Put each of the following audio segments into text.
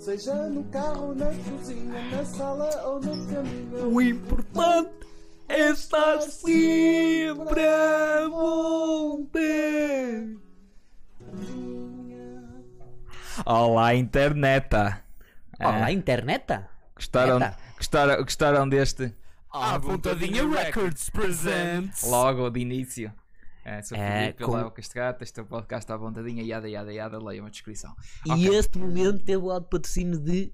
Seja no carro, na cozinha, na sala ou no caminho. O importante é estar sempre à vontade. Olá, interneta. É. Olá, interneta? Gostaram, Eta. gostaram, gostaram deste À Vontadinha Records presents Logo de início É, sou É, Filipe, com- Lau Castegata Este é o podcast à vontadinha, yada, yada, yada Leiam a descrição E este momento teve lá de patrocínio de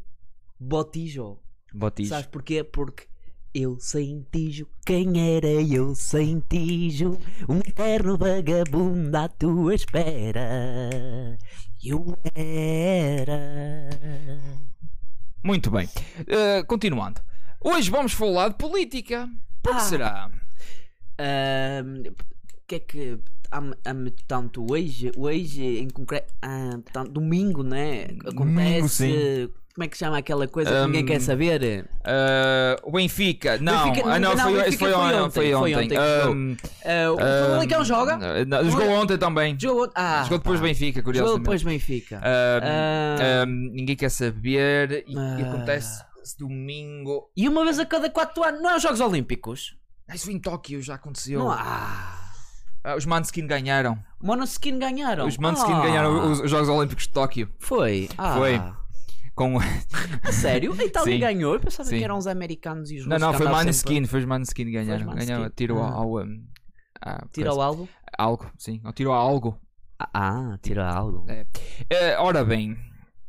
Botijo. Botijo Sabes porquê? Porque eu sem tijo, quem era eu sem tijo? Um eterno vagabundo à tua espera. Eu era. Muito bem Eh, Continuando Hoje vamos falar de política Por que Ah. será? Ahm, O que é que. am- am- Portanto, hoje, hoje em concreto. ah, portanto, domingo, né? Domingo, Acontece. sim. como é que chama aquela coisa que ninguém quer saber? Eh, o Benfica Não, Benfica- ah, não, não, foi, Benfica foi, on- foi ontem, foi foi ontem, ontem que Ahm, Ah, o ahm, Famalicão joga? eh, não, Jogou ontem também Jogou, ah, Jogou depois pá. Benfica, Jogou curiosamente Eh, depois Benfica. Ahm, Ah. ahm, ninguém quer saber e, e Ah. acontece domingo. E uma vez a cada 4 anos, não é os Jogos Olímpicos? Ah, Isso em Tóquio já aconteceu. Não há. Ah, os Manskin ganharam. Monoskin ganharam. Os Manskin Ah, ganharam os, os Jogos Olímpicos de Tóquio. Foi. Ah, Foi. Com... A sério? A Itália Sim. ganhou? Eu pensava Sim. que eram os americanos e os Não, russos não, que foi andavam sempre- Manskin. Foi os Manskin que ganharam. Manskin. ganharam tiro ao. Ah. ao, um, à Tira coisa. o algo? algo, sim. Ou tiro a algo. Ah, tira algo. É. Eh, ora bem,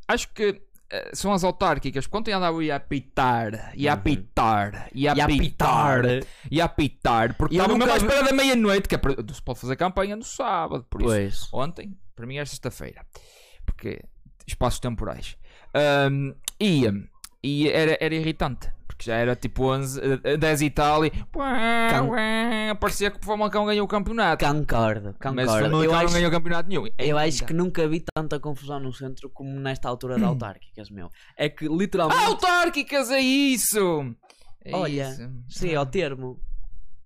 acho que eh, são as autárquicas. Quando eu andava a apitar, e a apitar, e a Uhum. E a apitar, apitar. e a apitar, porque E eu estava nunca mesmo à vi- espera da meia-noite, que é para- se pode fazer campanha no sábado, por isso. Pois. Ontem, para mim é sexta-feira, porque espaços temporais. Ahm, e e era, era irritante. Porque já era tipo 11, eh, 10 e tal, e ué, Can- ué, parecia que o Famalicão ganhou o campeonato. Mas Concordo, o concordo. Eu Famalicão não acho, ganhou campeonato nenhum. É eu acho Ainda. Hum. que nunca vi tanta confusão no centro como nesta altura de autárquicas, meu. É que literalmente. Autárquicas, é isso! É Olha. isso. Sim, ao termo.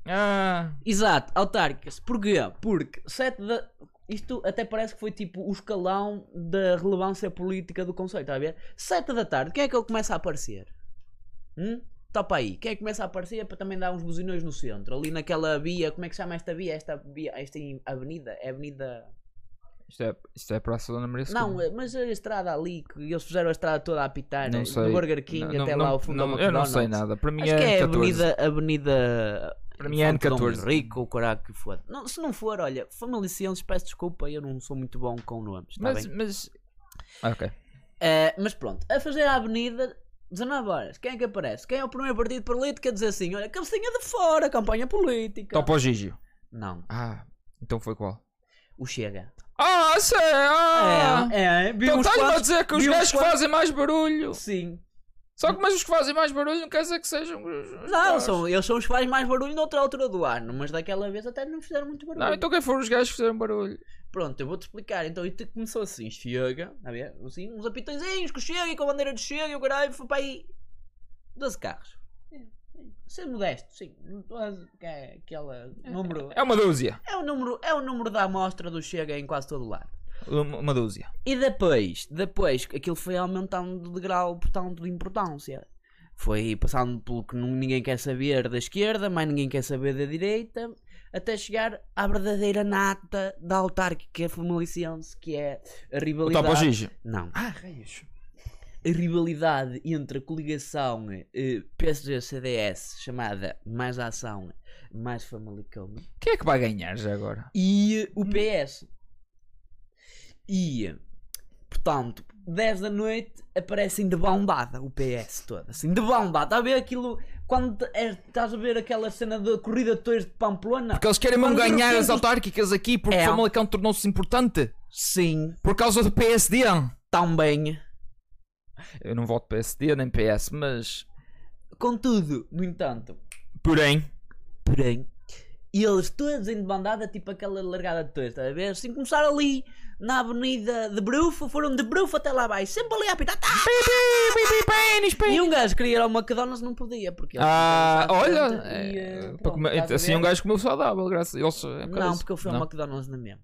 Ah, Exato, autárquicas. Porquê? Porque 7 da. Isto até parece que foi tipo o escalão da relevância política do Conselho, está a ver? 7 da tarde, quem é que ele começa a aparecer? Hum? Topa aí, quem é que começa a aparecer para também dar uns buzinões no centro? Ali naquela via, como é que chama esta via? Esta via, esta em- avenida? É avenida. isto, é, isto é para a Dona Maria Não, Segunda. eh, mas a estrada ali, que eles fizeram a estrada toda a apitar, não eh, sei. do Burger King Não- até não- lá ao fundo não, da Eu não sei McDonald's. nada. Para mim Acho que é a 14. Avenida, Avenida Para mim é Infante Dom N14. Rico, o caralho que for. Não, se não for, olha, famalicenses, peço desculpa, eu não sou muito bom com nomes, está Mas, bem? mas... Ah, ok. Eh, mas pronto, a fazer a avenida, 19 horas, quem é que aparece? Quem é o primeiro partido político que dizer assim, olha, cabecinha de fora, campanha política. Topa o Gigio. Não, Ah, então foi qual? o Chega. Ah, sei! Ah! É, é, vi Então uns estás-me a quantos- dizer que os vi uns gajos que quantos- fazem mais barulho. Sim. Só que mas os que fazem mais barulho não quer dizer que sejam. os- os Não, piores. são, eles são os que fazem mais barulho noutra altura do ano, mas daquela vez até não fizeram muito barulho. Não, então quem foram os gajos que fizeram barulho? Pronto, eu vou-te explicar. Então, isto começou assim: chega, a ver? Assim, uns apitõezinhos que chega e com a bandeira de chega e o caralho foi para aí 12 carros. É, é, Ser modesto, sim. Não tô a- que é Aquela número. É uma dúzia. É o número, é o número da amostra do chega em quase todo lado. Uma uma dúzia. E depois, depois, aquilo foi aumentando de grau, portanto, de importância. Foi passando pelo que nu- ninguém quer saber da esquerda, mais ninguém quer saber da direita, até chegar à verdadeira nata da autárquica famalicense, que é a O rivalidade... Topa o Gigio. Não. Ah, raios. A rivalidade entre a coligação eh, PSG-CDS, chamada Mais Ação, Mais Famalicão, Quem é que vai ganhar já agora? e o PS. E, portanto, 10 da noite aparecem de bombada o PS todo. Assim, de bombada. Está a ver aquilo. Quando te- é- estás a ver aquela cena da corrida de touros de Pamplona? Porque eles querem mesmo Quando ganhar eu as sinto- autárquicas aqui porque É. o Famalicão tornou-se importante Sim, por causa do PSD. também. Eu não voto PSD nem PS, mas. Contudo, no entanto, Porém. porém, eles todos em bandada, tipo aquela largada de touros, estás a ver? Assim, começaram ali na avenida de Brufa, foram de Brufa até lá abaixo, sempre ali a apitar. tá, E um gajo queria ir ao McDonald's não podia, porque eles Ah, tinham que ir à olha. frente e, eh, é, para pronto, comer- estás a assim ver? um gajo comeu saudável, graças a Deus. é por causa Não, disso. porque eu fui ao Não. McDonald's na mesma.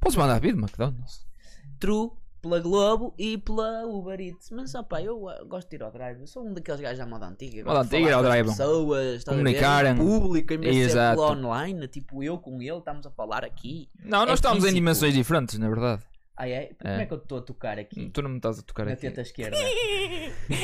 Posso mandar vir do McDonald's? True pela Globo e pela Uber Eats. Mas opá, eu ah, gosto de ir ao drive. Eu sou um daqueles gajos da moda antiga. Moda gosto de falar antiga, ir ao com as drive. Pessoas, estás a ver? Comunicarem. O Público, em vez de ser Exato. pela online, tipo eu com ele, estamos a falar aqui. Não, nós É estamos em físico. dimensões diferentes, na verdade. Ai, ai, como é que eu estou a tocar aqui? Tu não me estás a tocar Na aqui. teta esquerda. A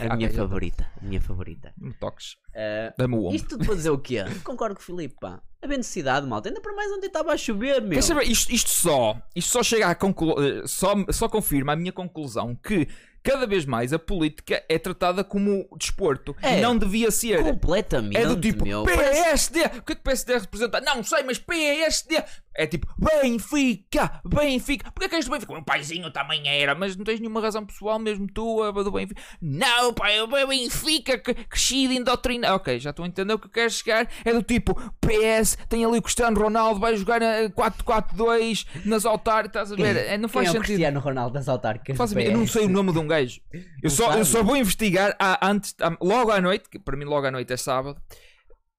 Ah, minha já tá. favorita. A minha favorita. Não me toques. Ah, Dá-me o ombro. isto tudo para dizer o quê? Concordo com o Filipe, pá. Havia necessidade, malta. Ainda para mais ontem estava a chover, meu. Quer saber, isto, isto só, isto só chega à conclusão, só, só confirma a minha conclusão que cada vez mais a política é tratada como desporto. É. Não devia ser. Completamente, É do tipo meu. PSD. O que é que o PSD representa? Não sei, mas PSD. É tipo Benfica, Benfica. Porquê que és do Benfica? O meu paizinho também era, mas não tens nenhuma razão pessoal, mesmo tu, é do Benfica. Não, pai, eu do Benfica, que- crescido, indoctrinado. Ah, Ok, já estou a entender o que queres chegar. É do tipo PS, tem ali o Cristiano Ronaldo, vai jogar eh, na 4-4-2 nas altar, estás a ver? É, não Quem faz é o sentido. Cristiano Ronaldo das autárquicas? Faz a do mim- eu não PS? sei o nome de um gajo. Eu, só, eu sabe? só vou investigar à- antes, à- logo à noite, que para mim logo à noite é sábado,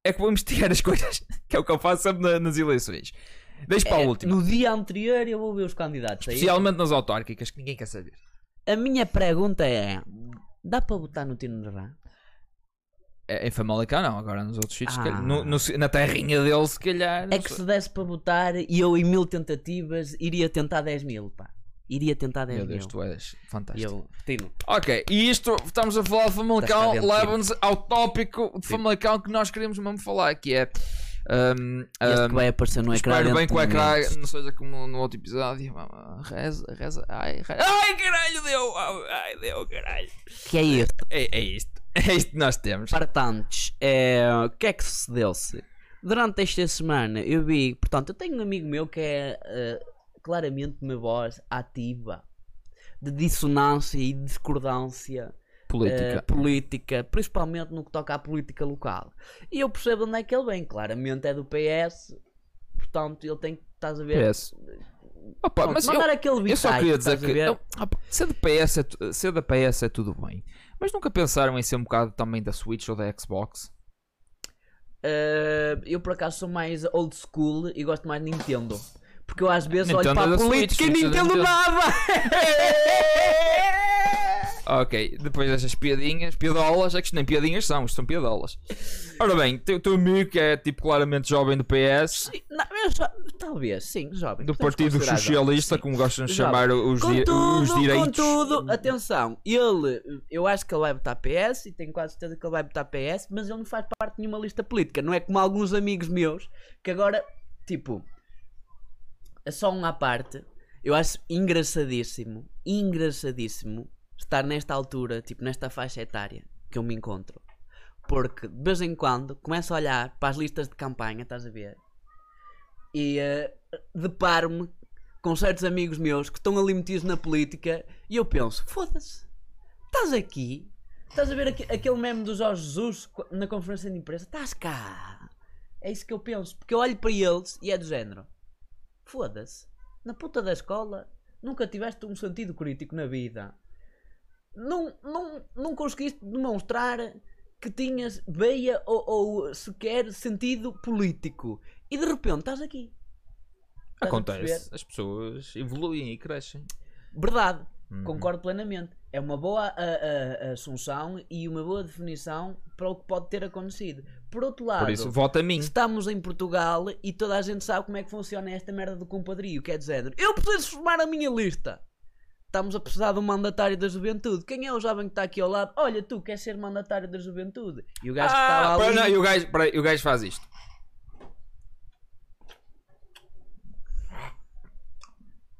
é que vou investigar as coisas, que é o que eu faço sempre na- nas eleições. Deixo É, para a última. No dia anterior eu vou ver os candidatos. é isso? Especialmente nas autárquicas, que ninguém quer saber. A minha pergunta é: dá para botar no Tino de Rã? É, em Famalicão não, agora nos outros sítios, se Ah. calhar- no- no- na terrinha dele se calhar. não É que sei. se desse para botar e eu em mil tentativas iria tentar 10 mil, pá. Iria tentar 10 Meu mil. Deus, tu és E fantástico. eu, Tino, Ok, e isto, estamos a falar de Famalicão, Estás cá dentro, leva-nos ao tópico de Famalicão que nós queremos mesmo falar, que é... hum, este hum, que vai aparecer no ecrã. é Espero bem que dentro o de ecrã é momentos. não seja como no outro episódio. Vá, Reza, reza. Ai, reza. ai caralho, deu. Ai, deu, caralho. Que é este? É, é isto. É isto que nós temos. Para tantos, é, o que é que sucedeu-se? Durante esta semana eu vi, portanto, eu tenho um amigo meu que é eh, claramente uma voz ativa de dissonância e discordância eh, Política. política, principalmente no que toca à política local. E eu percebo onde é que ele vem, claramente é do PS, portanto ele tem que, estás a ver, PS. Opa, Pronto, mas eu, mandar aquele eu só bitite, queria dizer estás a que. ver? eu- opa, ser, de PS é tu- ser da PS é tudo bem. Mas nunca pensaram em ser um bocado também da Switch ou da Xbox? Uh, eu por acaso sou mais old school e gosto mais de Nintendo. Porque eu às vezes Nintendo olho para é da a política Switch, e Nintendo é Nintendo da nada! Ok, depois destas piadinhas, piadolas, é que isto nem piadinhas são, isto são piadolas. Ora bem, teu, teu amigo que é tipo claramente jovem do PS, Não, eu já- talvez, sim, jovem. do podemos Partido considerar jovem. Socialista, como gostam de chamar os, di- Contudo, os direitos. contudo, atenção, ele, eu acho que ele vai botar PS e tenho quase certeza que ele vai botar PS, mas ele não faz parte de nenhuma lista política, não é como alguns amigos meus que agora, tipo, é só um à parte, eu acho engraçadíssimo, engraçadíssimo estar nesta altura, tipo, nesta faixa etária que eu me encontro, porque de vez em quando começo a olhar para as listas de campanha, estás a ver? E eh, deparo-me com certos amigos meus que estão ali metidos na política e eu penso, foda-se, estás aqui? Estás a ver aque- aquele meme do Jorge Jesus co- na conferência de imprensa? Estás cá! É isso que eu penso, porque eu olho para eles e é do género. Foda-se, na puta da escola nunca tiveste um sentido crítico na vida. Não, não, não conseguiste demonstrar que tinhas veia ou, ou sequer sentido político. E de repente estás aqui. Estás a perceber? Acontece, as pessoas evoluem e crescem. Verdade, Uhum. concordo plenamente. É uma boa ah, ah, assunção e uma boa definição para o que pode ter acontecido. Por outro lado, Por isso, vota a mim. estamos em Portugal e toda a gente sabe como é que funciona esta merda do compadrio, que é dizer, eu preciso formar a minha lista. Estamos a precisar de um mandatário da juventude. Quem é o jovem que está aqui ao lado? Olha, tu queres ser mandatário da juventude? E o gajo que Ah, estava pera, ali. não, e o gajo, pera aí, e o gajo faz isto.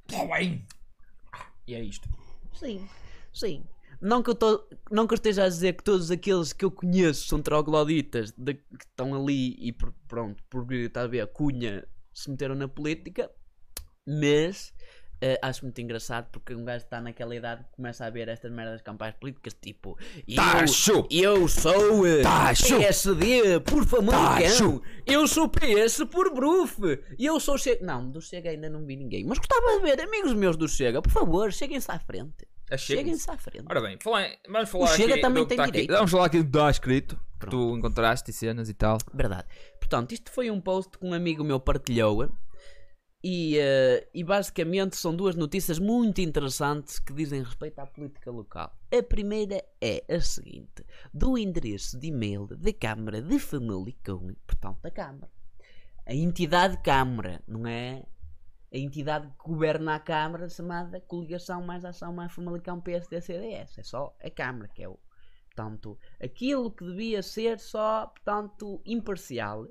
Tá bem. E é isto. Sim, sim. Não que, eu tô- não que eu esteja a dizer que todos aqueles que eu conheço são trogloditas de- que estão ali e por- pronto, porque está a ver, a cunha se meteram na política, mas eh, acho muito engraçado porque um gajo está naquela idade que começa a ver estas merdas de campanhas políticas, tipo, eu- Tacho! eu sou eh, Tacho! PSD por Tacho! Famalicão, eu sou PS por Brufe, e eu sou Chega. Não, do Chega ainda não vi ninguém, mas gostava de ver amigos meus do Chega, por favor, cheguem-se à frente. Achei. Cheguem-se à frente. Ora bem, falar em- vamos falar O Chega aqui também do que tem tá aqui. direito. Vamos falar aqui do que está escrito, que Pronto. tu encontraste e cenas e tal. Verdade. Portanto, isto foi um post que um amigo meu partilhou E, eh, e basicamente são duas notícias muito interessantes que dizem respeito à política local. A primeira é a seguinte: do endereço de e-mail da Câmara de Famalicão, portanto, da Câmara. A entidade Câmara, não é? A entidade que governa a Câmara, chamada Coligação Mais Ação Mais Famalicão PSD-CDS. É só a Câmara, que é o. Portanto, aquilo que devia ser só, portanto, imparcial,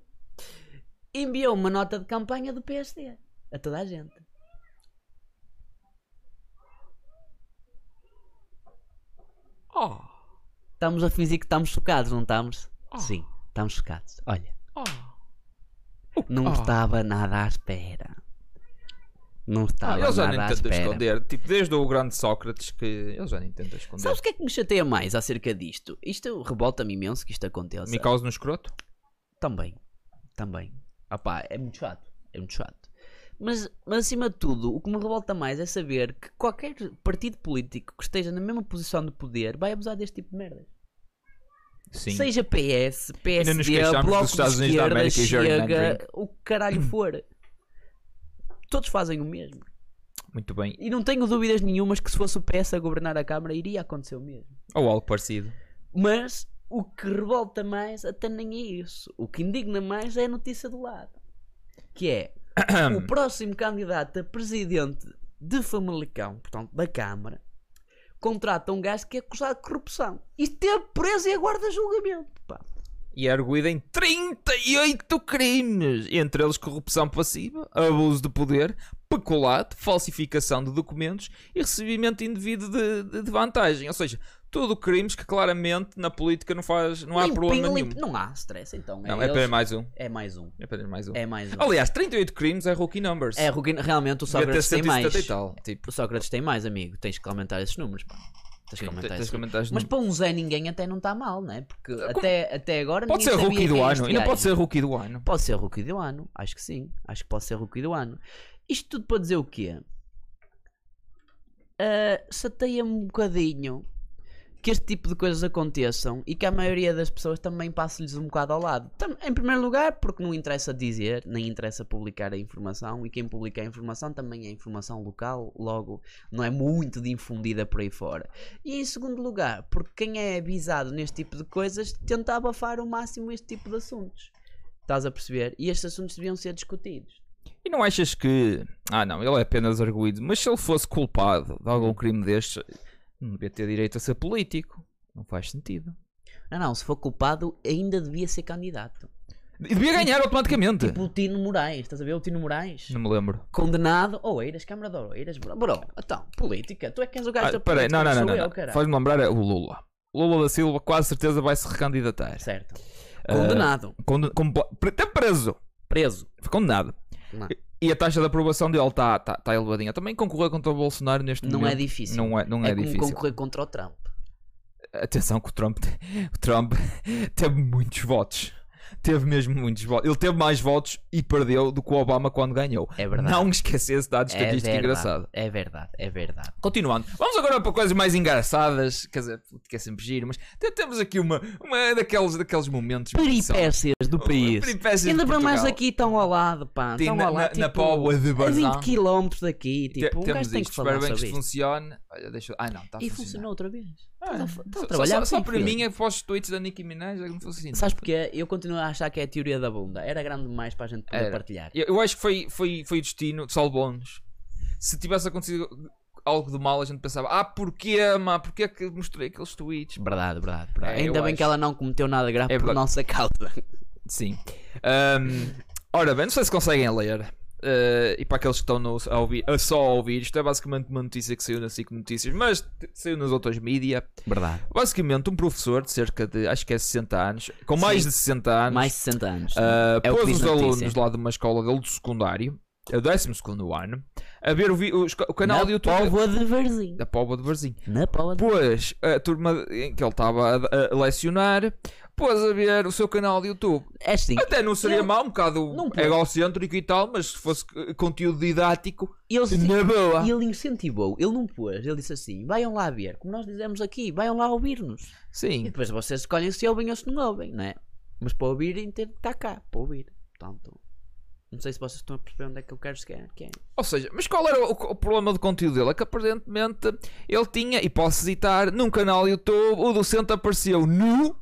enviou uma nota de campanha do PSD a toda a gente. Oh, Estamos a fingir que estamos chocados, não estamos? Oh. Sim, estamos chocados. Olha, oh. não Oh. estava nada à espera. Não estava Ah, eles já Tá, nada nem à tentam espera. esconder. Tipo, desde o grande Sócrates que eles já nem tentam esconder. Sabes o que é que me chateia mais acerca disto? Isto revolta-me imenso que isto aconteça. Me causa no escroto? Também, também. Opá, é muito chato, é muito chato. Mas, mas acima de tudo, o que me revolta mais é saber que qualquer partido político que esteja na mesma posição de poder vai abusar deste tipo de merdas. Sim. Seja PS, Ainda nos PSD, queixámos Bloco dos Estados de Unidos da Esquerda, América e Jerry Man Chega, Drink. o que caralho for. Todos fazem o mesmo. Muito bem. E não tenho dúvidas nenhumas que se fosse o PS a governar a Câmara iria acontecer o mesmo. Ou algo parecido. Mas o que revolta mais até nem é isso. O que indigna mais é a notícia do lado. Que é o próximo candidato a presidente de Famalicão, portanto da Câmara, contrata um gajo que é acusado de corrupção. E esteve preso e aguarda julgamento. Pá. E é arguído em 38 crimes, entre eles corrupção passiva, abuso de poder, peculato, falsificação de documentos e recebimento indevido de, de- de vantagem. Ou seja, tudo crimes que claramente na política não faz, não há Limpinho, problema nenhum. limpo. um Não há stress, então. Não, é é, eles- apenas mais um. é mais um. É apenas mais um. É mais um. Aliás, 38 crimes é rookie numbers. É, Ruguin- realmente o Devia ter Sócrates tem 170 mais. e tal. Tipo, O Sócrates tem mais, amigo. Tens que aumentar esses números, pá. Tens é que aumentar tens esses números. comentários Mas para um Zé ninguém até não está mal, né? Porque até, até agora Pode ser ninguém sabia rookie do quem é ano. este Ainda gajo. pode ser rookie do ano. Pode ser rookie do ano, acho que sim. Acho que pode ser rookie do ano. Isto tudo para dizer o quê? Ah, Chateia-me um bocadinho que este tipo de coisas aconteçam e que a maioria das pessoas também passe-lhes um bocado ao lado. Tam- em primeiro lugar, porque não interessa dizer, nem interessa publicar a informação e quem publica a informação também é informação local, logo não é muito difundida por aí fora. E em segundo lugar, porque quem é avisado neste tipo de coisas tenta abafar ao máximo este tipo de assuntos. Estás a perceber? E estes assuntos deviam ser discutidos. E não achas que. Ah, não, ele é apenas arguído. Mas se ele fosse culpado de algum crime destes, não devia ter direito a ser político. Não faz sentido. Não, não, se for culpado, ainda devia ser candidato. E devia ganhar automaticamente. Tipo o Tino Moraes, estás a ver? O Tino Moraes. Não me lembro. Condenado. Oh, Oeiras, Câmara de Oeiras, bro. Bro, então, política. Tu é que és o gajo Ah, da peraí, política. não, não, não. sou não, eu, não. caralho. Faz-me lembrar é o Lula. O Lula da Silva quase certeza vai se recandidatar. Certo. Ah, Condenado. Conde- compl- pre- Até preso. Preso. Foi condenado. Não. E a taxa de aprovação dele está tá, tá elevadinha. Também concorrer contra o Bolsonaro neste Não momento. é difícil. Não é, não é, é como difícil. concorrer contra o Trump. Atenção que o Trump, o Trump teve muitos votos. Teve mesmo muitos votos. Ele teve mais votos e perdeu do que o Obama quando ganhou. É verdade. Não esquecer esse dado É estatístico verdade, engraçado. É verdade, é verdade. Continuando, vamos agora para coisas mais engraçadas. Quer dizer, que é sempre giro, mas te- temos aqui uma, uma daqueles, daqueles momentos. que são- Peripécias do país. Oh, Peripécias de Ainda para mais Portugal. Então aqui estão ao lado, pá. Tem Estão na- ao lado, na- na tipo, Póvoa de Barzã. A 20 km daqui, Te- tipo, um temos gajo tem isto. que falar Espero bem que sobre isto isto. funcione. Olha, deixa eu- Ah, não, está a E funcionar. funcionou outra vez. Estás a, fa- É, estás a então, Só- trabalhar só, só bem, para filho. mim é que para os tweets da Nicki Minaj é que não funciona. Sabes porquê? Eu continuo a achar que é a teoria da bunda. Era grande demais para a gente poder Era. partilhar. Eu, eu acho que foi, foi, foi o destino de Salbones. Se tivesse acontecido algo de mal, a gente pensava: ah, porquê, má? Porquê que mostrei aqueles tweets? Verdade, verdade. verdade. É, eu Ainda bem acho. que ela não cometeu nada grave É por verdade. nossa causa. Sim. Ahm, ora bem, não sei se conseguem ler. Ah, e para aqueles que estão no, a ouvir, a só a ouvir, isto é basicamente uma notícia que saiu na SIC Notícias, mas t- saiu nas outras mídias. Verdade. Basicamente, um professor de cerca de, acho que é 60 anos, com mais Sim. de 60 anos, Mais de 60 anos. Uh, É o que pôs diz os na alunos notícia. lá de uma escola dele do secundário, é o 12 ano, a ver o, vi- o esco- o canal Na do YouTube Póvoa de Varzim. da Póvoa de Varzim. Na Póvoa de Pôs a turma em que ele estava a, a lecionar, pôs a ver o seu canal do YouTube. É assim, Até não seria Ele- mal, um bocado Não pôs. egocêntrico e tal, mas se fosse eh, conteúdo didático, eles- na boa. E ele incentivou, ele não pôs, ele disse assim: vaiam lá ver, como nós dizemos aqui, vaiam lá ouvir-nos. E Sim, depois vocês escolhem se ouvem ou se não ouvem, não é? Mas para ouvirem, tem que estar cá, para ouvir. Portanto, Não sei se vocês estão a perceber onde é que eu quero chegar. Que é. Ou seja, mas qual era o, o problema do conteúdo dele? É que aparentemente ele tinha, e posso citar, num canal YouTube, o docente apareceu nu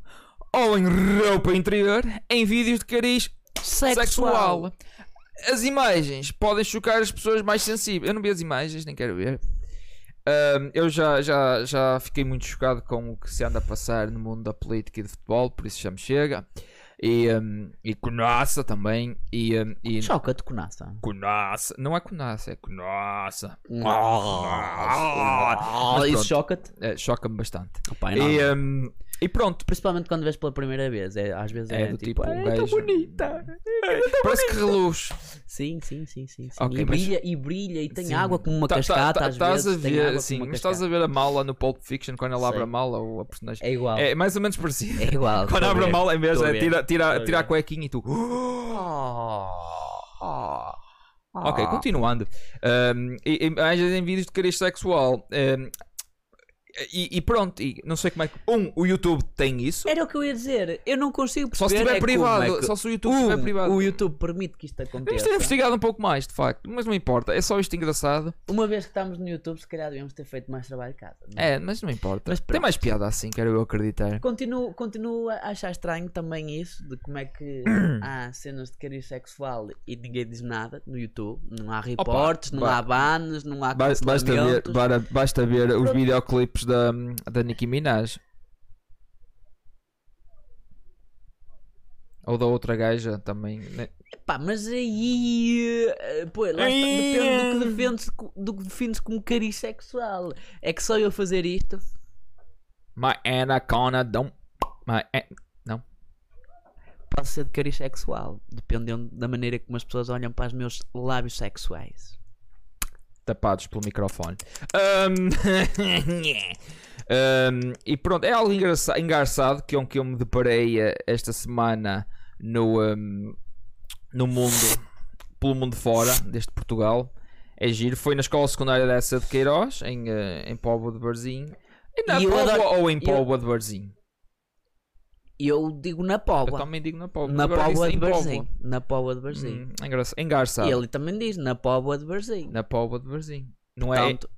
ou em roupa interior em vídeos de cariz sexual. As imagens podem chocar as pessoas mais sensíveis. Eu não vi as imagens, nem quero ver. Ahm, eu já, já, já fiquei muito chocado com o que se anda a passar no mundo da política e do futebol, por isso já me chega. E, ahm, e Conassa também. E, ahm, e Choca-te com nada. Conassa. Não é Conassa, é Conassa. Ah, Mas isso pronto. choca-te. É, Choca-me bastante. Opa, é E, normal. ahm, e pronto. Principalmente quando vês pela primeira vez. É, às vezes é, É do tipo, tipo. um "Ai, gajo- tão bonita. Parece que reluz. Sim, sim, sim, sim. sim. Ok, e, mas- brilha, e brilha e tem Sim. água como uma Tá- tá- cascata. tá- às estás vezes, a tem ver, água sim, como uma mas estás cascata. a ver a mala no Pulp Fiction quando ela abre Sei. a mala ou a personagem. É igual. É mais ou menos parecido. É igual. Quando tô a abre a ver, mala, em vez tô a de ver, tira, tô tira, a tira a ver. cuequinha e tu. Ah, Ah. Ok, continuando. Ahm, e- e imagens em vídeos de cariz sexual. Ahm, e, e pronto, e não sei como é que. Um, o YouTube tem isso. Era o que eu ia dizer. Eu não consigo É, perceber. Só se tiver é privado. como é que- Só se o YouTube estiver Um, privado. O YouTube permite que isto Devemos ter aconteça. investigado um pouco mais, de facto. Mas não importa, é só isto engraçado. Uma vez que estamos no YouTube, se calhar devíamos ter feito mais trabalho de casa. não é? É, mas não importa. Mas Ah, Tem mais piada assim, quero eu acreditar. Continuo, continuo a achar estranho também isso de como é que há cenas de cariz sexual e ninguém diz nada no YouTube. Não há reportes, não ba- há bans, não há Ba- Basta ver, cancelamentos. bara- basta ver os videoclipes da, da Nicki Minaj. Ou da outra gaja também. né? Pá, mas aí. eh, Pô, lá está, Aí, depende do eh. que, defendes, co- do que defines como cariz sexual. É que só eu fazer isto. My anaconda don't... My an- pode ser de cariz sexual, dependendo da maneira como as pessoas olham para os meus lábios sexuais. Tapados pelo microfone. Ahm, ahm, e pronto, é algo engraça- engraçado que é um eu, que eu me deparei eh, esta semana no, ahm, no mundo, pelo mundo fora, deste Portugal. É giro, foi na escola secundária dessa de Queiroz, em, eh, em Póvoa de Varzim. E na E eu Póvoa adoro- ou em eu- Póvoa de Varzim? E eu digo na Eu Póvoa. também digo na Póvoa. Na agora disse Póvoa de em Póvoa. Barzim. Na Póvoa de Barzim. Hum, engraça- engraçado. E ele também diz na Póvoa de Barzim. Na Póvoa de Varzim. Não é, Portanto,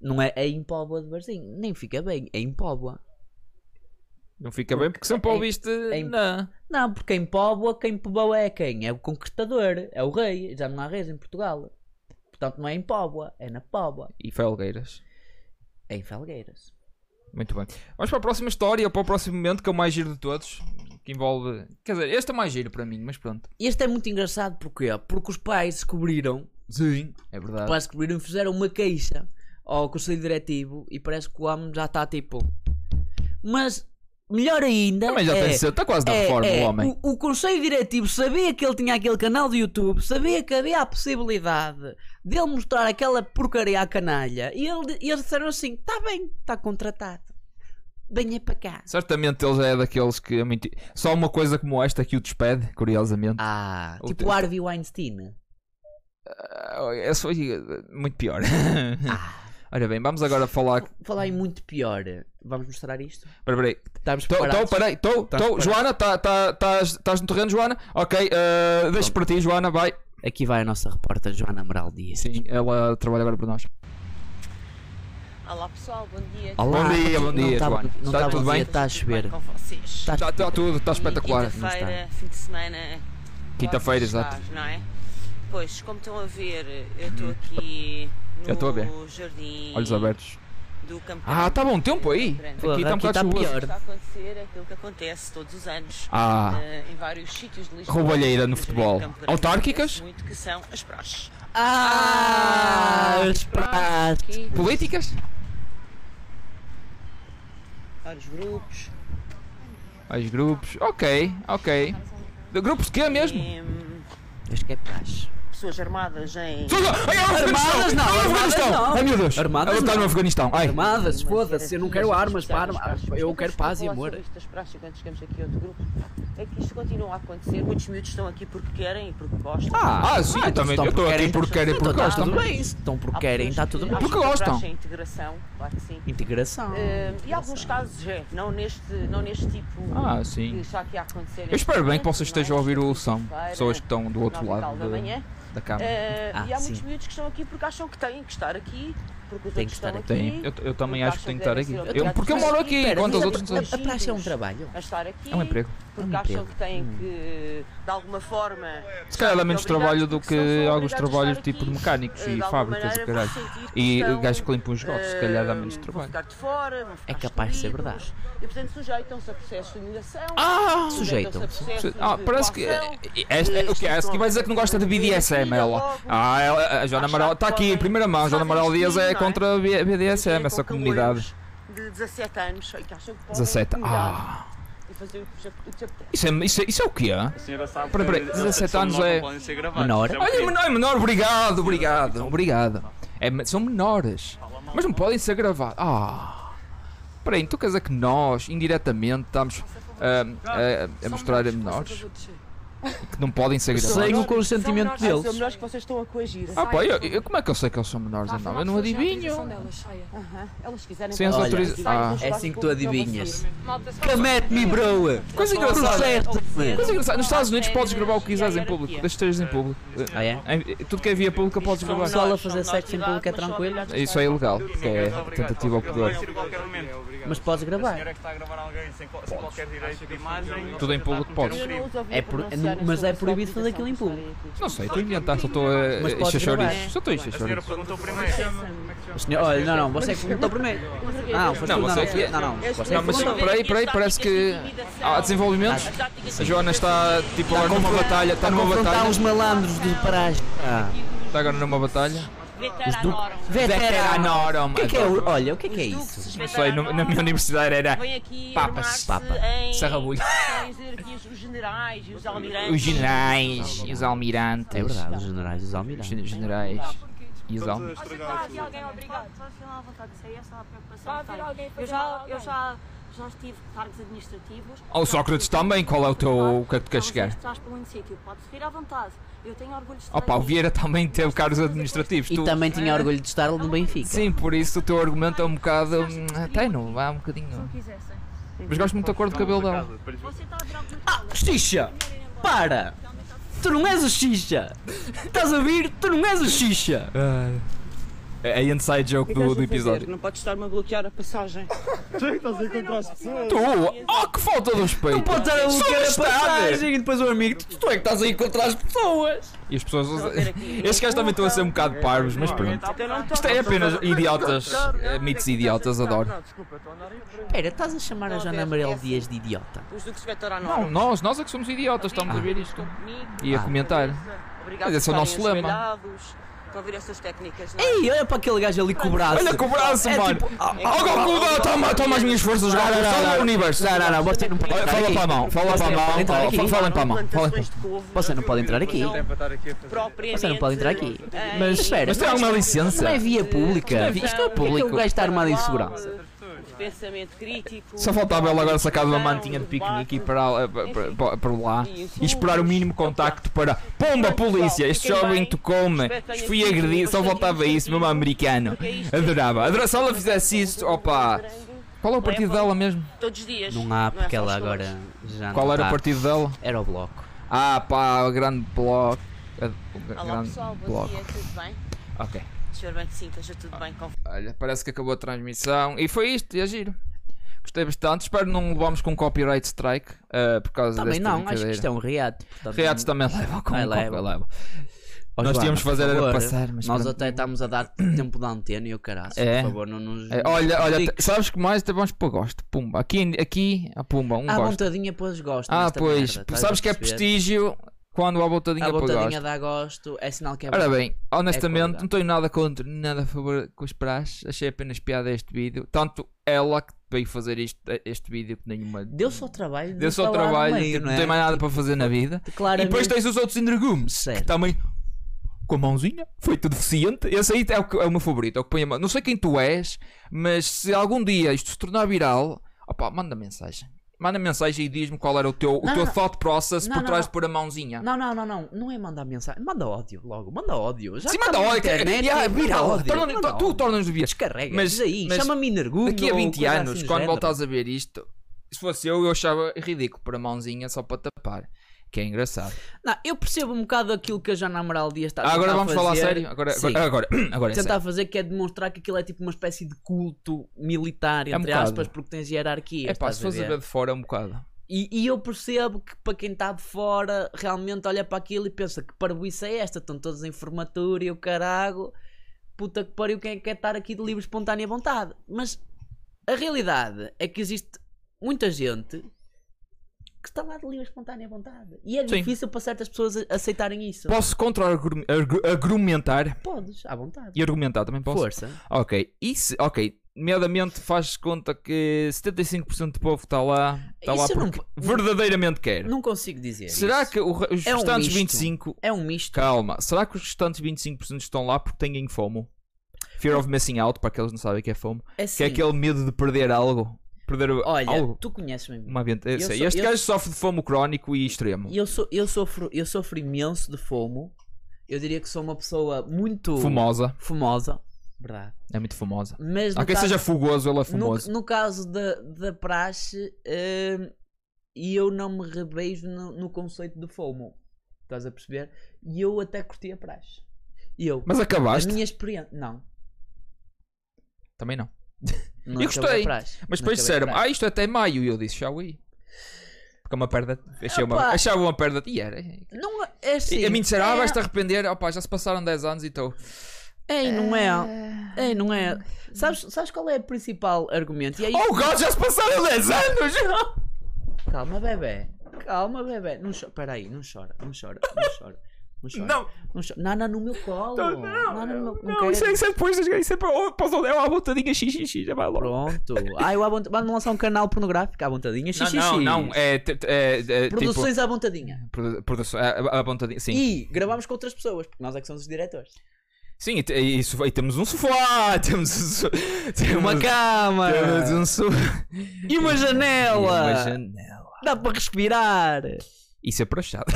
não é, é em Póvoa de Barzim. Nem fica bem, é em Póvoa. não fica bem porque sempre é em- ouviste em- na... Não, porque em Póvoa, quem povoa é quem? É o conquistador, é o rei. Já não há reis em Portugal. Portanto, não é em Póvoa, é na Póvoa. E Felgueiras. É em Felgueiras. Muito bem. Vamos para a próxima história, para o próximo momento, que é o mais giro de todos. Que envolve. Quer dizer, este é o mais giro para mim, mas pronto. E este é muito engraçado porquê? Porque os pais descobriram Sim. É verdade. Parece que descobriram e fizeram uma queixa ao conselho diretivo e parece que o homem já está tipo. Mas melhor ainda. Também já é, tem cedo, está quase na é- reforma é, o homem. O, o conselho diretivo sabia que ele tinha aquele canal do YouTube, sabia que havia a possibilidade dele mostrar aquela porcaria à canalha e ele, e eles disseram assim: está bem, está contratado, venha para cá. Certamente ele já é daqueles que. a mentir- Só uma coisa como esta que o despede, curiosamente. Ah, O tipo te- o Harvey Weinstein. Ah, Essa foi eh, muito pior. Ah, Ora bem, vamos agora falar. falar em muito pior. Vamos mostrar isto? Peraí, peraí. Estamos Tô, tô, preparados? peraí, tô, Estás tô. preparado? Joana, estás tá, tás- tás no terreno, Joana? Ok, eh, deixa para ti, Joana, vai. Aqui vai a nossa repórter Joana Amaral Dias. Sim, ela trabalha agora para nós. Olá pessoal, bom dia. Olá, Bom dia, bom não dia, tá- Joana. Não Está está tudo bem? Está a chover. com vocês? Tá- Está tá tudo, está espetacular. Quinta-feira, fim de semana. Quinta-feira, logo exato. Uhum. estás, Não é? Pois, como estão a ver, eu estou aqui Eu estou a ver. no jardim Olhos abertos. do campo. Ah, está bom tempo aí. Grande. Porra, Aqui está um aqui bocado tá chuvoso. pior. Está a acontecer é aquilo que acontece todos os anos Ah. eh, em vários sítios de Lisboa. Roubalheira no Jardim do futebol. Campo Grande. Autárquicas? Muito que são as prós. Ah, os pratos. Aqui, Políticas? vários grupos. Mais grupos. Ok, ok. De grupos de quê mesmo? E, hum, Acho que é praxe. pessoas armadas em. Sousa! Ai, é o Afeganistão! Armadas não, É o armadas Afeganistão! não. Ai meu Deus! Armadas Ela está não. no Afeganistão. Ai. Armadas, Mas foda-se, eu não era quero tudo armas, isto, para isto, armas. isto, isto, Eu isto, quero isto, paz e falar amor. sobre isto das praxes, quando chegamos aqui a outro grupo. é que isto continua a acontecer. Muitos miúdos estão aqui porque querem e porque gostam. Ah, sim, eu também. Eu estou aqui porque querem, porque Então está gostam. tudo bem, se estão porque Há querem, está pessoas que tudo acham bem. tá Porque que gostam. abracem a integração, claro que sim. Integração. Eh, e alguns casos é, não neste, não neste tipo Ah, que sim. está aqui a acontecer. Eu espero bem que neste vocês estejam a momento, ouvir não é? o som. Sexta-feira, Pessoas que estão do outro nove e tal lado da da, manhã. da câmara. Eh, Ah, e há muitos sim. miúdos que estão aqui porque acham que têm que estar aqui, porque os Têm outros que estar estão aqui. Tem. Eu, eu também acho que tenho que estar aqui. Porque Eu- porque eu moro aqui, Espera, enquanto os mas outros não a- são. A praxe é um trabalho. a estar aqui. É um emprego. Hum. Porque É um acham emprego. que têm que, de alguma forma. Se calhar dá menos trabalho do que alguns trabalhos tipo de mecânicos mecânicos e fábricas e caralho. E gajos que limpam os gotos, se calhar dá menos eh, Vão trabalho. ficar de fora, vão ficar É capaz de ser excluídos. E portanto sujeitam-se a processos de humilhação. Ah! sujeitam-se a processos Ah, de parece que. coação, Esta, o que é? Essa que vai dizer que não gosta de BDSM, ela. Ah, ela, a Joana Amaral. Está aqui, em primeira mão. A Joana Amaral Dias é contra a B- BDSM, essa comunidade. é De 17 anos, e que acham que podem 17. mudar Ah! e fazer o que lhes apetece. Isso é, isso é, isso é o que é? senhora sabe Peraí, peraí, que 17 são anos menores, é- não podem ser gravados. Menor. Isso é um Olha, crime. menor, menor, obrigado, obrigado, obrigado. É, mas são menores. Mas não podem ser gravados. Ah! Peraí, então quer dizer que nós, indiretamente, estamos ah, a, a mostrar a menores que não podem ser Sem o gravados? consentimento São menores, São deles. melhores é que vocês estão a coagir. Ah, pá, eu, eu- como é que eu sei que eles são menores ou não? Eu não adivinho. Aham. Elas quiserem Sem as Olha, autorizações. Ah. É assim que tu adivinhas. Malta, só Camete-me, bro! Coisa engraçada. Processa-te! Coisa engraçada. Nos Estados Unidos podes gravar o que quiseres em público. Deixa estejas em público. Ah, é? Em- Tudo que é via pública podes São gravar. menores. Só a fazer sexo em público é tranquilo? Isso é ilegal, porque é tentativa ao poder. Pode ser a qualquer momento. Mas podes A senhora gravar. que está a gravar alguém sem, qual- sem qualquer direito de imagem. Tudo em público podes. É por- mas é proibido fazer aquilo em público. Não sei, estou a inventar, só estou a Mas podes xaxorices. gravar. Só estou a A senhora xaxorices. perguntou primeiro. Senhor, olha, não, não, você é que perguntou primeiro. Ah, não, foste Não, tu, você é que- não, não, não. foste Não, tu. mas peraí, peraí, parece que há desenvolvimentos. A Joana está tipo agora numa batalha, está numa Confrontar uns batalha. malandros de paragem. Ah, Está agora numa batalha. veterano! Norum. O que é que é? o- Olha, o que é que é isso? Não sei, no- na minha universidade era Vem aqui Papas. armar-se em Sarrabulho. questões hierarquias, os generais e os almirantes. os generais, os almirantes. É verdade, os generais dos almirantes. Os generais tipo, e os almirantes. Está aqui alguém obrigado. Estou a filar à vontade, isso aí é só a Vai preocupação que haver tenho. alguém para Eu chamar já, alguém. eu já, já estive em cargos administrativos. Oh, Sócrates também, qual é o teu. O que é que tu queres Não, chegar? mas Estás para muito sítio, podes rir à vontade. Eu tenho orgulho de estar Opa, o aqui. Vieira também teve cargos administrativos. E tu- também tinha orgulho de estar no Benfica. Sim, por isso o teu argumento é um bocado. hum, Até não, vá um bocadinho. quisessem. Mas gosto muito da cor do cabelo dela. Você está a virar muito Xixa! Para! Tu não és o Xixa! Estás a vir? Tu não és o Xixa! É a inside joke do, do episódio. Não pode estar-me a bloquear a passagem. Tu! Oh, que falta de respeito! Pode estar a bloquear a Sou bastardo. passagem e depois o amigo, tu, tu é que estás a encontrar as pessoas! E as pessoas. Estes gajos também estão a ser um bocado parvos, mas pronto. Isto é apenas idiotas. eh, Mitos idiotas, adoro. desculpa, estou a andar Pera, estás a chamar a Joana Amarelo Dias de idiota? Os do que se vai torar Não, nós, nós é que somos idiotas, estamos a ver isto. E a Ah. comentar. Obrigado Mas esse é o por nosso estarem lema. espelhados. Estão a ouvir essas técnicas, não é? Ei, olha para aquele gajo ali com o braço! Olha com o braço, É mano! tipo- Olha com o braço, toma, toma as minhas forças, Não, não, galera, não, só no não. universo! Não, não, não, você não pode Olha, entrar fala aqui. para a mão, fala Você para a não pode mão, entrar fala- aqui. fa- falem para a mão, falem Plantações de couve. Você não pode entrar aqui. Não, é? propriamente. é. Você não pode entrar aqui. em- Mas espera, Mas tem alguma licença? Não é via pública. Isto não é Isto é público. O gajo está armado em segurança. de um Pensamento crítico. Só faltava ela agora sacar de uma discussão, mantinha de debate. piquenique e ir para, para, para, para lá e esperar o mínimo contacto para Pomba polícia, este jovem tocou-me, fui agredido, só faltava isso, mesmo é americano. Adorava, adorava, se ela fizesse isso, opa. Qual é o partido dela mesmo? um Todos os dias. Não há, é porque só ela os agora já não Qual era está. o partido dela? Era o bloco. Ah pá, o grande bloco. É, O dois. Olá grande pessoal, bom bloco. dia, tudo bem? Ok. Espero bem que sim, esteja tudo bem com Olha, parece que acabou a transmissão. E foi isto, e é giro. Gostei bastante. Espero não levarmos com copyright strike ah, por causa Também desta não, acho que brincadeira. isto é um reato. portanto- Reatos também levam com Ah, um levam. copo, levam. Ó, Nós Joana, tínhamos de fazer por era favor, passar, mas Nós pronto. até estamos a dar tempo de antena e o caralho. É. Por favor, não nos. É, olha, olha, Digo, t- sabes que mais? Até vamos para gosto. Pumba. Aqui, aqui ah, pumba, um à gosto. vontadinha, pois gosto. Ah, nesta pois. merda, estás sabes a que é perceber? prestígio quando há voltadinha À para vontadinha gosto. dá gosto, é sinal que é Ora bom. bem, honestamente, qualidade. não tenho nada contra, nem nada a favor com os praxes. Achei apenas piada este vídeo. Tanto ela que veio fazer isto, este vídeo que nenhuma. Deu só o trabalho. de Deu só o falar no trabalho, meio, tipo, não não é? tem mais nada para fazer na vida. E Claramente, depois tens os outros energumes que Certo. também com a mãozinha, foi tudo deficiente. Esse aí é o, que- é o meu favorito, é o que põe a mão. Não sei quem tu és, mas se algum dia isto se tornar viral, opá, manda mensagem. Manda mensagem e diz-me qual era o teu, o Não, teu não. thought process Ah, Não, por não, trás não. de pôr a mãozinha. Não, não, não, não. Não é mandar mensagem. Manda ódio logo. Manda ódio. Já Sim, que manda estamos na ódio. Internet, Yeah, é, vira manda ódio. Torna- manda tu- tu ódio. tornas via. Descarrega. Mas- Mas, diz aí. mas Chama-me energúmeno. Daqui a ou 20 coisa anos, assim do quando género. voltares a ver isto, se fosse eu, eu achava ridículo pôr a mãozinha só para tapar. Que é engraçado. Não, eu percebo um bocado aquilo que a Jana Amaral Dias está a Ah, agora tentar vamos falar a fazer. sério. Agora, Sim. agora, agora, agora é sério. tentar fazer que é demonstrar que aquilo é tipo uma espécie de culto militar, É um entre bocado. aspas, porque tens hierarquia. É pá, se fores a ver ver. de fora é um bocado. E, e eu percebo que para quem está de fora realmente olha para aquilo e pensa que parboíça é esta, estão todos em formatura e o carago, puta que pariu, quem é que quer estar aqui de livre espontânea vontade? Mas a realidade é que existe muita gente que está lá de livre espontânea vontade e é Sim. difícil para certas pessoas a- aceitarem isso. Posso contra-argumentar Podes, à vontade. e argumentar também posso? Força. Ok, isso, ok. Nomeadamente faz conta que 75% do povo está lá, está lá Isso eu não porque po- verdadeiramente quer. Não consigo dizer. Será isso. que o re- os É um restantes misto. 25%? é um misto? Calma, será que os restantes 25% estão lá porque têm FOMO? Fear of missing out, para aqueles que não sabem o que é FOMO. É Que é assim, aquele medo de perder algo. Perder Olha, algo. tu conheces-me. amigo. Uma avent- eu eu sei, sou- este eu- gajo sofre de FOMO crónico e extremo. Eu, sou, eu, sofro, eu sofro imenso de fomo. Eu diria que sou uma pessoa muito Fumosa, fumosa. Verdade. é muito famosa. Mas tá- Há no quem caso, seja fugoso, ele é no, famoso. no caso da, da praxe, hum, e eu não me rebeijo no, no conceito de fomo. Estás a perceber? E eu até curti a praxe. E eu, Mas acabaste? a minha experiência. Não. Também não. não Eu acabei a gostei, praxe. Mas depois Não acabei a disseram praxe. ah, isto é até maio. E eu disse, shall we? Porque é uma perda. Achei uma, Opa. achava uma perda. E era. Não, é assim, E a mim disseram, ah, é- vais-te arrepender. Opa, já se passaram 10 anos e estou. Ei, não é. Ei, não é. Sabes, sabes qual é o principal argumento? E aí, Oh, God, já se passaram 10 anos! Oh! calma, bebê. Calma, bebê. Não chora. Peraí, não chora, não chora, não chora. Não chora. Não. Não chora. Nana no meu colo. Não, Então, não, Nana no meu não Não, quero- isso é, isso é depois. Isso é para o é uma voltadinha xixi, já vai logo. Pronto. Ah, eu abont... vamos lançar um canal pornográfico à vontadinha. Xixi. Não, não, não. É, t- t- é, é, tipo. Produções à vontadinha. produ- produção- a- a- a vontadinha, é, Sim, E gravamos com outras pessoas, porque nós é que somos os diretores. sim e, t- e isso- e temos um sofá, temos, um so- temos Uma câmara. temos um sofá E uma janela. uma janela. Dá para respirar. Isso é para chato.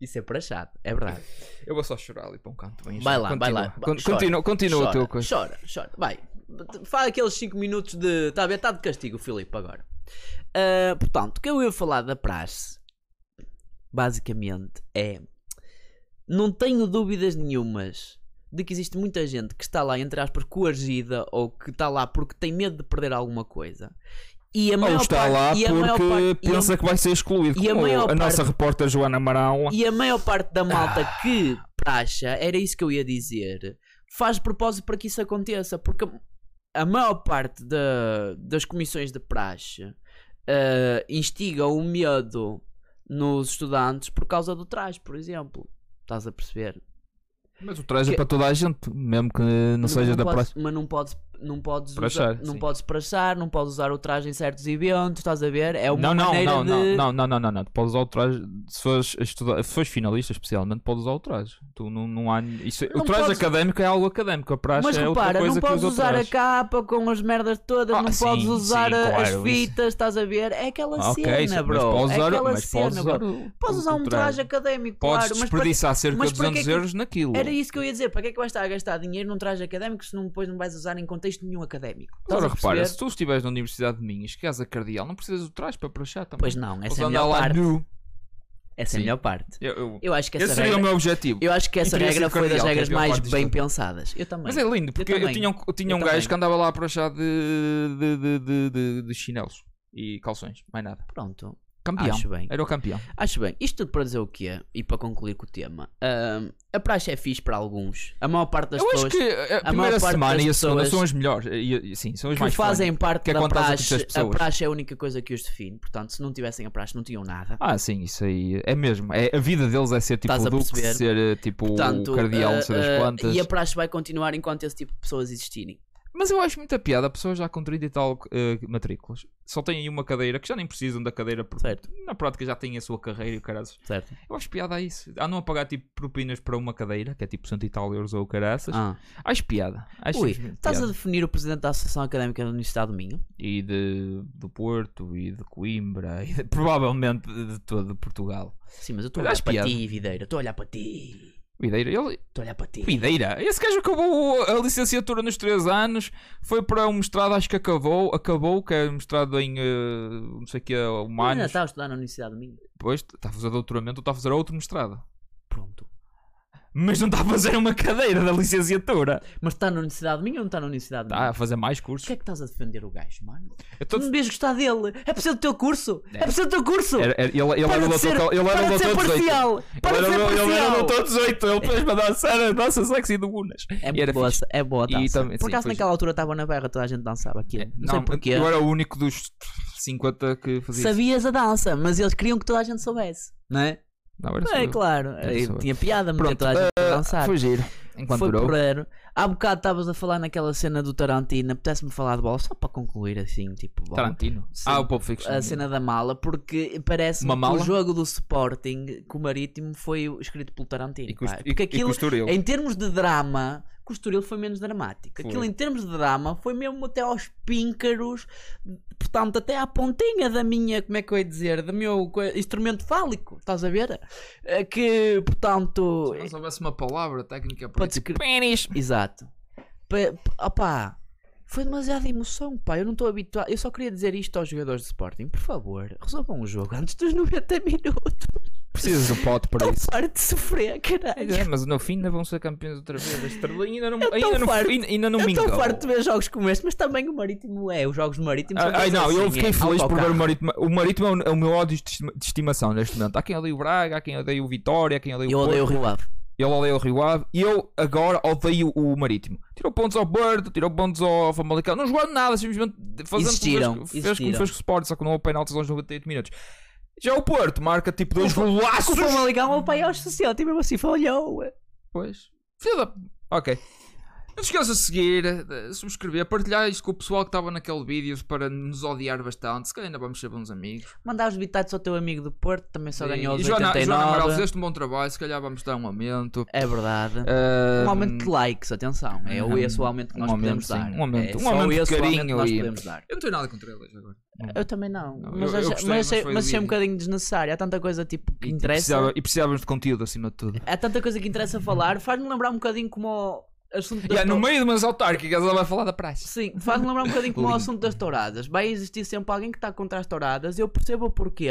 Isso é para chato, é verdade. Eu vou só chorar ali para um canto. Bem, Vai lá, continua. vai lá. Con- Continua, continua a tua coisa. Chora, chora. Vai. Faz aqueles 5 minutos de. Está a ver? Está de castigo o Filipe agora. Ah, portanto, o que eu ia falar da praxe basicamente é. Não tenho dúvidas nenhumas de que existe muita gente que está lá, entre aspas, coagida ou que está lá porque tem medo de perder alguma coisa. E a Ou maior está parte- lá e a maior porque parte- e a- pensa que vai ser excluído. e a como maior a nossa parte- repórter Joana Amaral. E a maior parte da malta que praxa, era isso que eu ia dizer, faz de propósito para que isso aconteça, porque a maior parte da- das comissões de praxe eh, instiga o medo nos estudantes por causa do trás, por exemplo. Estás a perceber? Mas o traje é que- para toda a gente, mesmo que não seja da podes- praça. Mas não podes, não podes, Praxar, usar, não sim. podes praxar, não podes usar o traje em certos eventos, estás a ver? É uma Não, não, maneira não, de... não, não, não, não, não, não. Tu podes usar o traje. Se fores, a estudar, se fores finalista, especialmente, podes usar o traje. Tu não, não há. Isso, Não o traje podes- académico é algo académico. A praxe Mas é outra repara, coisa não que podes usa o usar a traje. capa com as merdas todas, Ah, não sim, podes sim, usar a- claro, as isso. fitas, estás a ver? É aquela Ah, ok, cena, sim, bro. mas podes usar, é aquela mas cena, podes usar, bro. o- Podes o- usar o um traje académico, Podes claro, mas para- desperdiçar cerca mas de para que é 200 que- euros naquilo. era isso que eu ia dizer. Para que é que vais estar a gastar dinheiro num traje académico se não, depois não vais usar em contexto nenhum académico? Estás Agora a perceber? repara, se tu estiveres na Universidade de Minhas, que és a cardeal, não precisas do traje para prachar também. Pois não, essa Podes é a andar melhor lá parte. nu. Essa é Sim. a melhor parte. Eu- eu- Eu acho que Esse essa seria o regra, meu objetivo. eu acho que essa Em princípio, regra foi das cardeal, que é a regras pior mais parte disto bem tudo. pensadas. Eu também. Mas é lindo, porque eu, também. tinha um, eu tinha Eu um gajo também. que andava lá para achar de, de, de, de, de- de chinelos e calções, mais nada. Pronto, Campeão. acho bem. Era o campeão. Acho bem, isto tudo para dizer o que é e para concluir com o tema. Ahm, a praxe é fixe para alguns. A maior parte das eu acho pessoas que a, maior primeira parte semana das e a segunda pessoas são as melhores. E- e- sim, são as que mais fazem fun. parte que é da quando estás a praxe, conhecer as a pessoas. praxe é a única coisa que os define. Portanto, se não tivessem a praxe, não tinham nada. Ah, sim, isso aí é mesmo. É, a vida deles é ser tipo Estás o a Duque, perceber? ser eh, tipo Portanto, o cardeal, ah, ser as ah, plantas. e a praxe vai continuar enquanto esse tipo de pessoas existirem. Mas eu acho muita piada a pessoas já com 30 e tal eh, matrículas. Só têm aí uma cadeira que já nem precisam da cadeira porque Certo, na prática já têm a sua carreira e o caraças. certo. Eu acho piada a isso. Andam a pagar tipo propinas para uma cadeira, que é tipo 100 e tal euros ou o caraças. Ah. Acho piada. Acho Ui, simplesmente estás a piada. definir o presidente da Associação Académica da Universidade do Minho? E de, do Porto, e de Coimbra, e de- provavelmente de todo Portugal. Sim, mas eu estou a Mas olhar acho para piada. ti, Videira. Estou a olhar para ti. Videira, ele, Estou a olhar para ti. Videira, esse gajo acabou a licenciatura nos 3 anos, foi para um mestrado, acho que acabou, acabou, que é mestrado em eh, não sei o que, Ainda humanos. está a estudar na Universidade do Minho. Depois está a fazer doutoramento ou está a fazer outro mestrado. Pronto. Mas não está a fazer uma cadeira da licenciatura. Mas está na Universidade do Minho ou não está na Universidade do Está Minho? a fazer mais O cursos. que é que estás a defender o gajo, mano? Eu tô- Tu não devias gostar dele. É por ser do teu curso. É, por ser do teu curso. Era- era- ele, ele para era o de doutor, ser, ele era para o de ser doutor 18. parcial. Para de ele, ser era, ele era o parcial. doutor 18, ele fez para dançar a dança sexy do Unas. É E muito era boa, fixe. é boa a E dança. também- Por sim, acaso pois- naquela altura estava na berra, toda a gente dançava aquilo. Não, sei porquê. É, eu era o único dos 50 que fazia. isso. Sabias a dança, mas eles queriam que toda a gente soubesse. Não é? Não, era só É eu. claro. Era Eh, só eu. Tinha piada meter Pronto, eh, toda a gente a dançar. Ah, Foi giro. Enquanto Foi durou. porreiro. Há bocado estavas a falar naquela cena do Tarantino. Apetece-me falar de bola só para concluir assim, tipo, bola. Tarantino. Sim. Ah, o Pulp Fiction. a cena da mala, porque parece que Uma o mala? jogo do Sporting com o Marítimo foi escrito pelo Tarantino. E custo- pá. e- Porque e aquilo, é costuril. em termos de drama, o Estoril foi menos dramático. Aquilo Foi. em termos de drama foi mesmo até aos píncaros, portanto, até à pontinha da minha, como é que eu ia dizer, do meu co- instrumento fálico, estás a ver? Eh, Que, portanto, Se não soubesse uma palavra técnica para para descre- tipo, pênis. Exato. Pa- pa- opá, foi demasiada emoção, pá. Eu não estou habituado. Eu só queria dizer isto aos jogadores de Sporting. Por favor, resolvam o jogo antes dos 90 minutos. Precisas do pote para Estou isso. farto de sofrer, caralho. É, mas no fim ainda vão ser campeões outra vez. A estrela ainda não, Eu tô ainda não, farto. ainda, ainda não Eu me estou engano. farto de ver jogos como este, mas também o Marítimo é. Os jogos do Marítimo são Ah, Ai todos não, eu assim, fiquei é, feliz por ver autocarro. o Marítimo. O Marítimo é o, é o meu ódio de estima- de estimação neste momento. Há quem odeia o Braga, há quem odeia o Vitória, há quem odeia o Eu odeio o Porto. Rio Ave. Ele odeia o Rio Ave. E eu agora odeio o Marítimo. Tirou pontos ao Porto, tirou pontos ao Famalicão. Não jogaram nada, simplesmente fazendo Existiram, como fez, fez existiram. como fez com o Sport, só que não houve penaltis aos 98 minutos. Já o Porto marca tipo dois Com o golaços. Famalicão, o pai aos 60 e mesmo assim falhou. Pois. Filho da... Ok. Não se esqueça de seguir, de subscrever, partilhar isto com o pessoal que estava naquele vídeo para nos odiar bastante. Se calhar ainda vamos ser bons amigos. Mandar os bitados ao teu amigo do Porto, também só ganhou e os Joana, Joana Amaral, 89. fizeste um bom trabalho. Se calhar vamos dar um aumento. É verdade. Ah, Um aumento de likes, atenção. É o Hum, esse o aumento que um nós aumento, podemos dar. sim, um aumento- é um só aumento de esse o aumento carinho que nós e- Uhum. podemos dar. Eu não tenho nada contra eles agora. Eu também não. Não, mas eu- eu acho- gostei, mas, mas mas, foi achei vídeo. um bocadinho desnecessário. Há tanta coisa tipo que E- e interessa. precisava- E precisávamos de conteúdo acima de tudo. Há tanta coisa que interessa falar. Faz-me lembrar um bocadinho como o assunto das Yeah, é no touradas. meio de umas autárquicas ela vai falar da praxe. Sim, faz-me lembrar um bocadinho como o assunto das touradas. Vai existir sempre alguém que está contra as touradas. Eu percebo o porquê.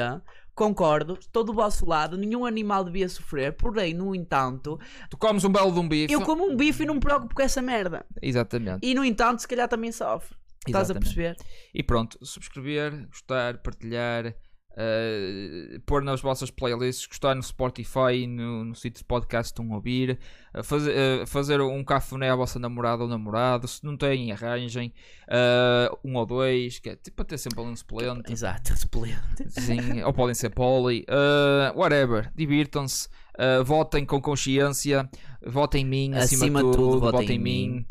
Concordo, estou do vosso lado, nenhum animal devia sofrer, porém, no entanto, Tu comes um belo de um bife. eu como um bife e não me preocupo com essa merda. Exatamente. E no entanto, se calhar também sofre. Estás a Exatamente. perceber? E pronto, subscrever, gostar, partilhar, eh, pôr nas vossas playlists, gostar no Spotify, no, no sítio de podcast que estão a ouvir, eh, fazer, eh, fazer um cafuné à vossa namorada ou namorado, se não têm, arranjem, eh, um ou dois, que é tipo para ter sempre ali um suplente, Exato, suplente. sim, ou podem ser poli, eh, whatever, divirtam-se, eh, votem com consciência, votem em mim, acima, de tudo, votem, em mim.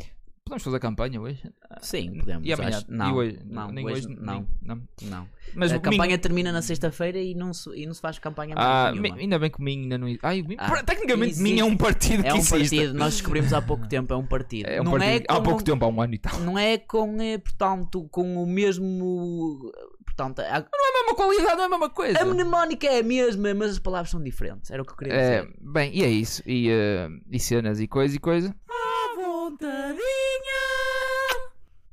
Podemos fazer campanha hoje? Sim, podemos. E amanhã? acho- Não, E hoje? não, Nem hoje hoje, não. nem- não. não. Mas a o domingo- campanha termina na sexta-feira e não, se, e não se faz campanha Ah, mais mi- nenhuma. ainda bem que o Minho ainda não. Ai, o Minho- Ah, Pra- tecnicamente, existe. Minho é um partido que É um existe. partido, nós descobrimos há pouco tempo, é um partido. É um não partido é há com- pouco tempo, há um ano e tal. Não é com, eh, portanto, com o mesmo. Portanto, a, Não é a mesma qualidade, não é a mesma coisa. a mnemónica é a mesma, mas as palavras são diferentes. Era o que eu queria É, uh, dizer. bem, e é isso. E, eh, e cenas e coisa e coisa. vontade.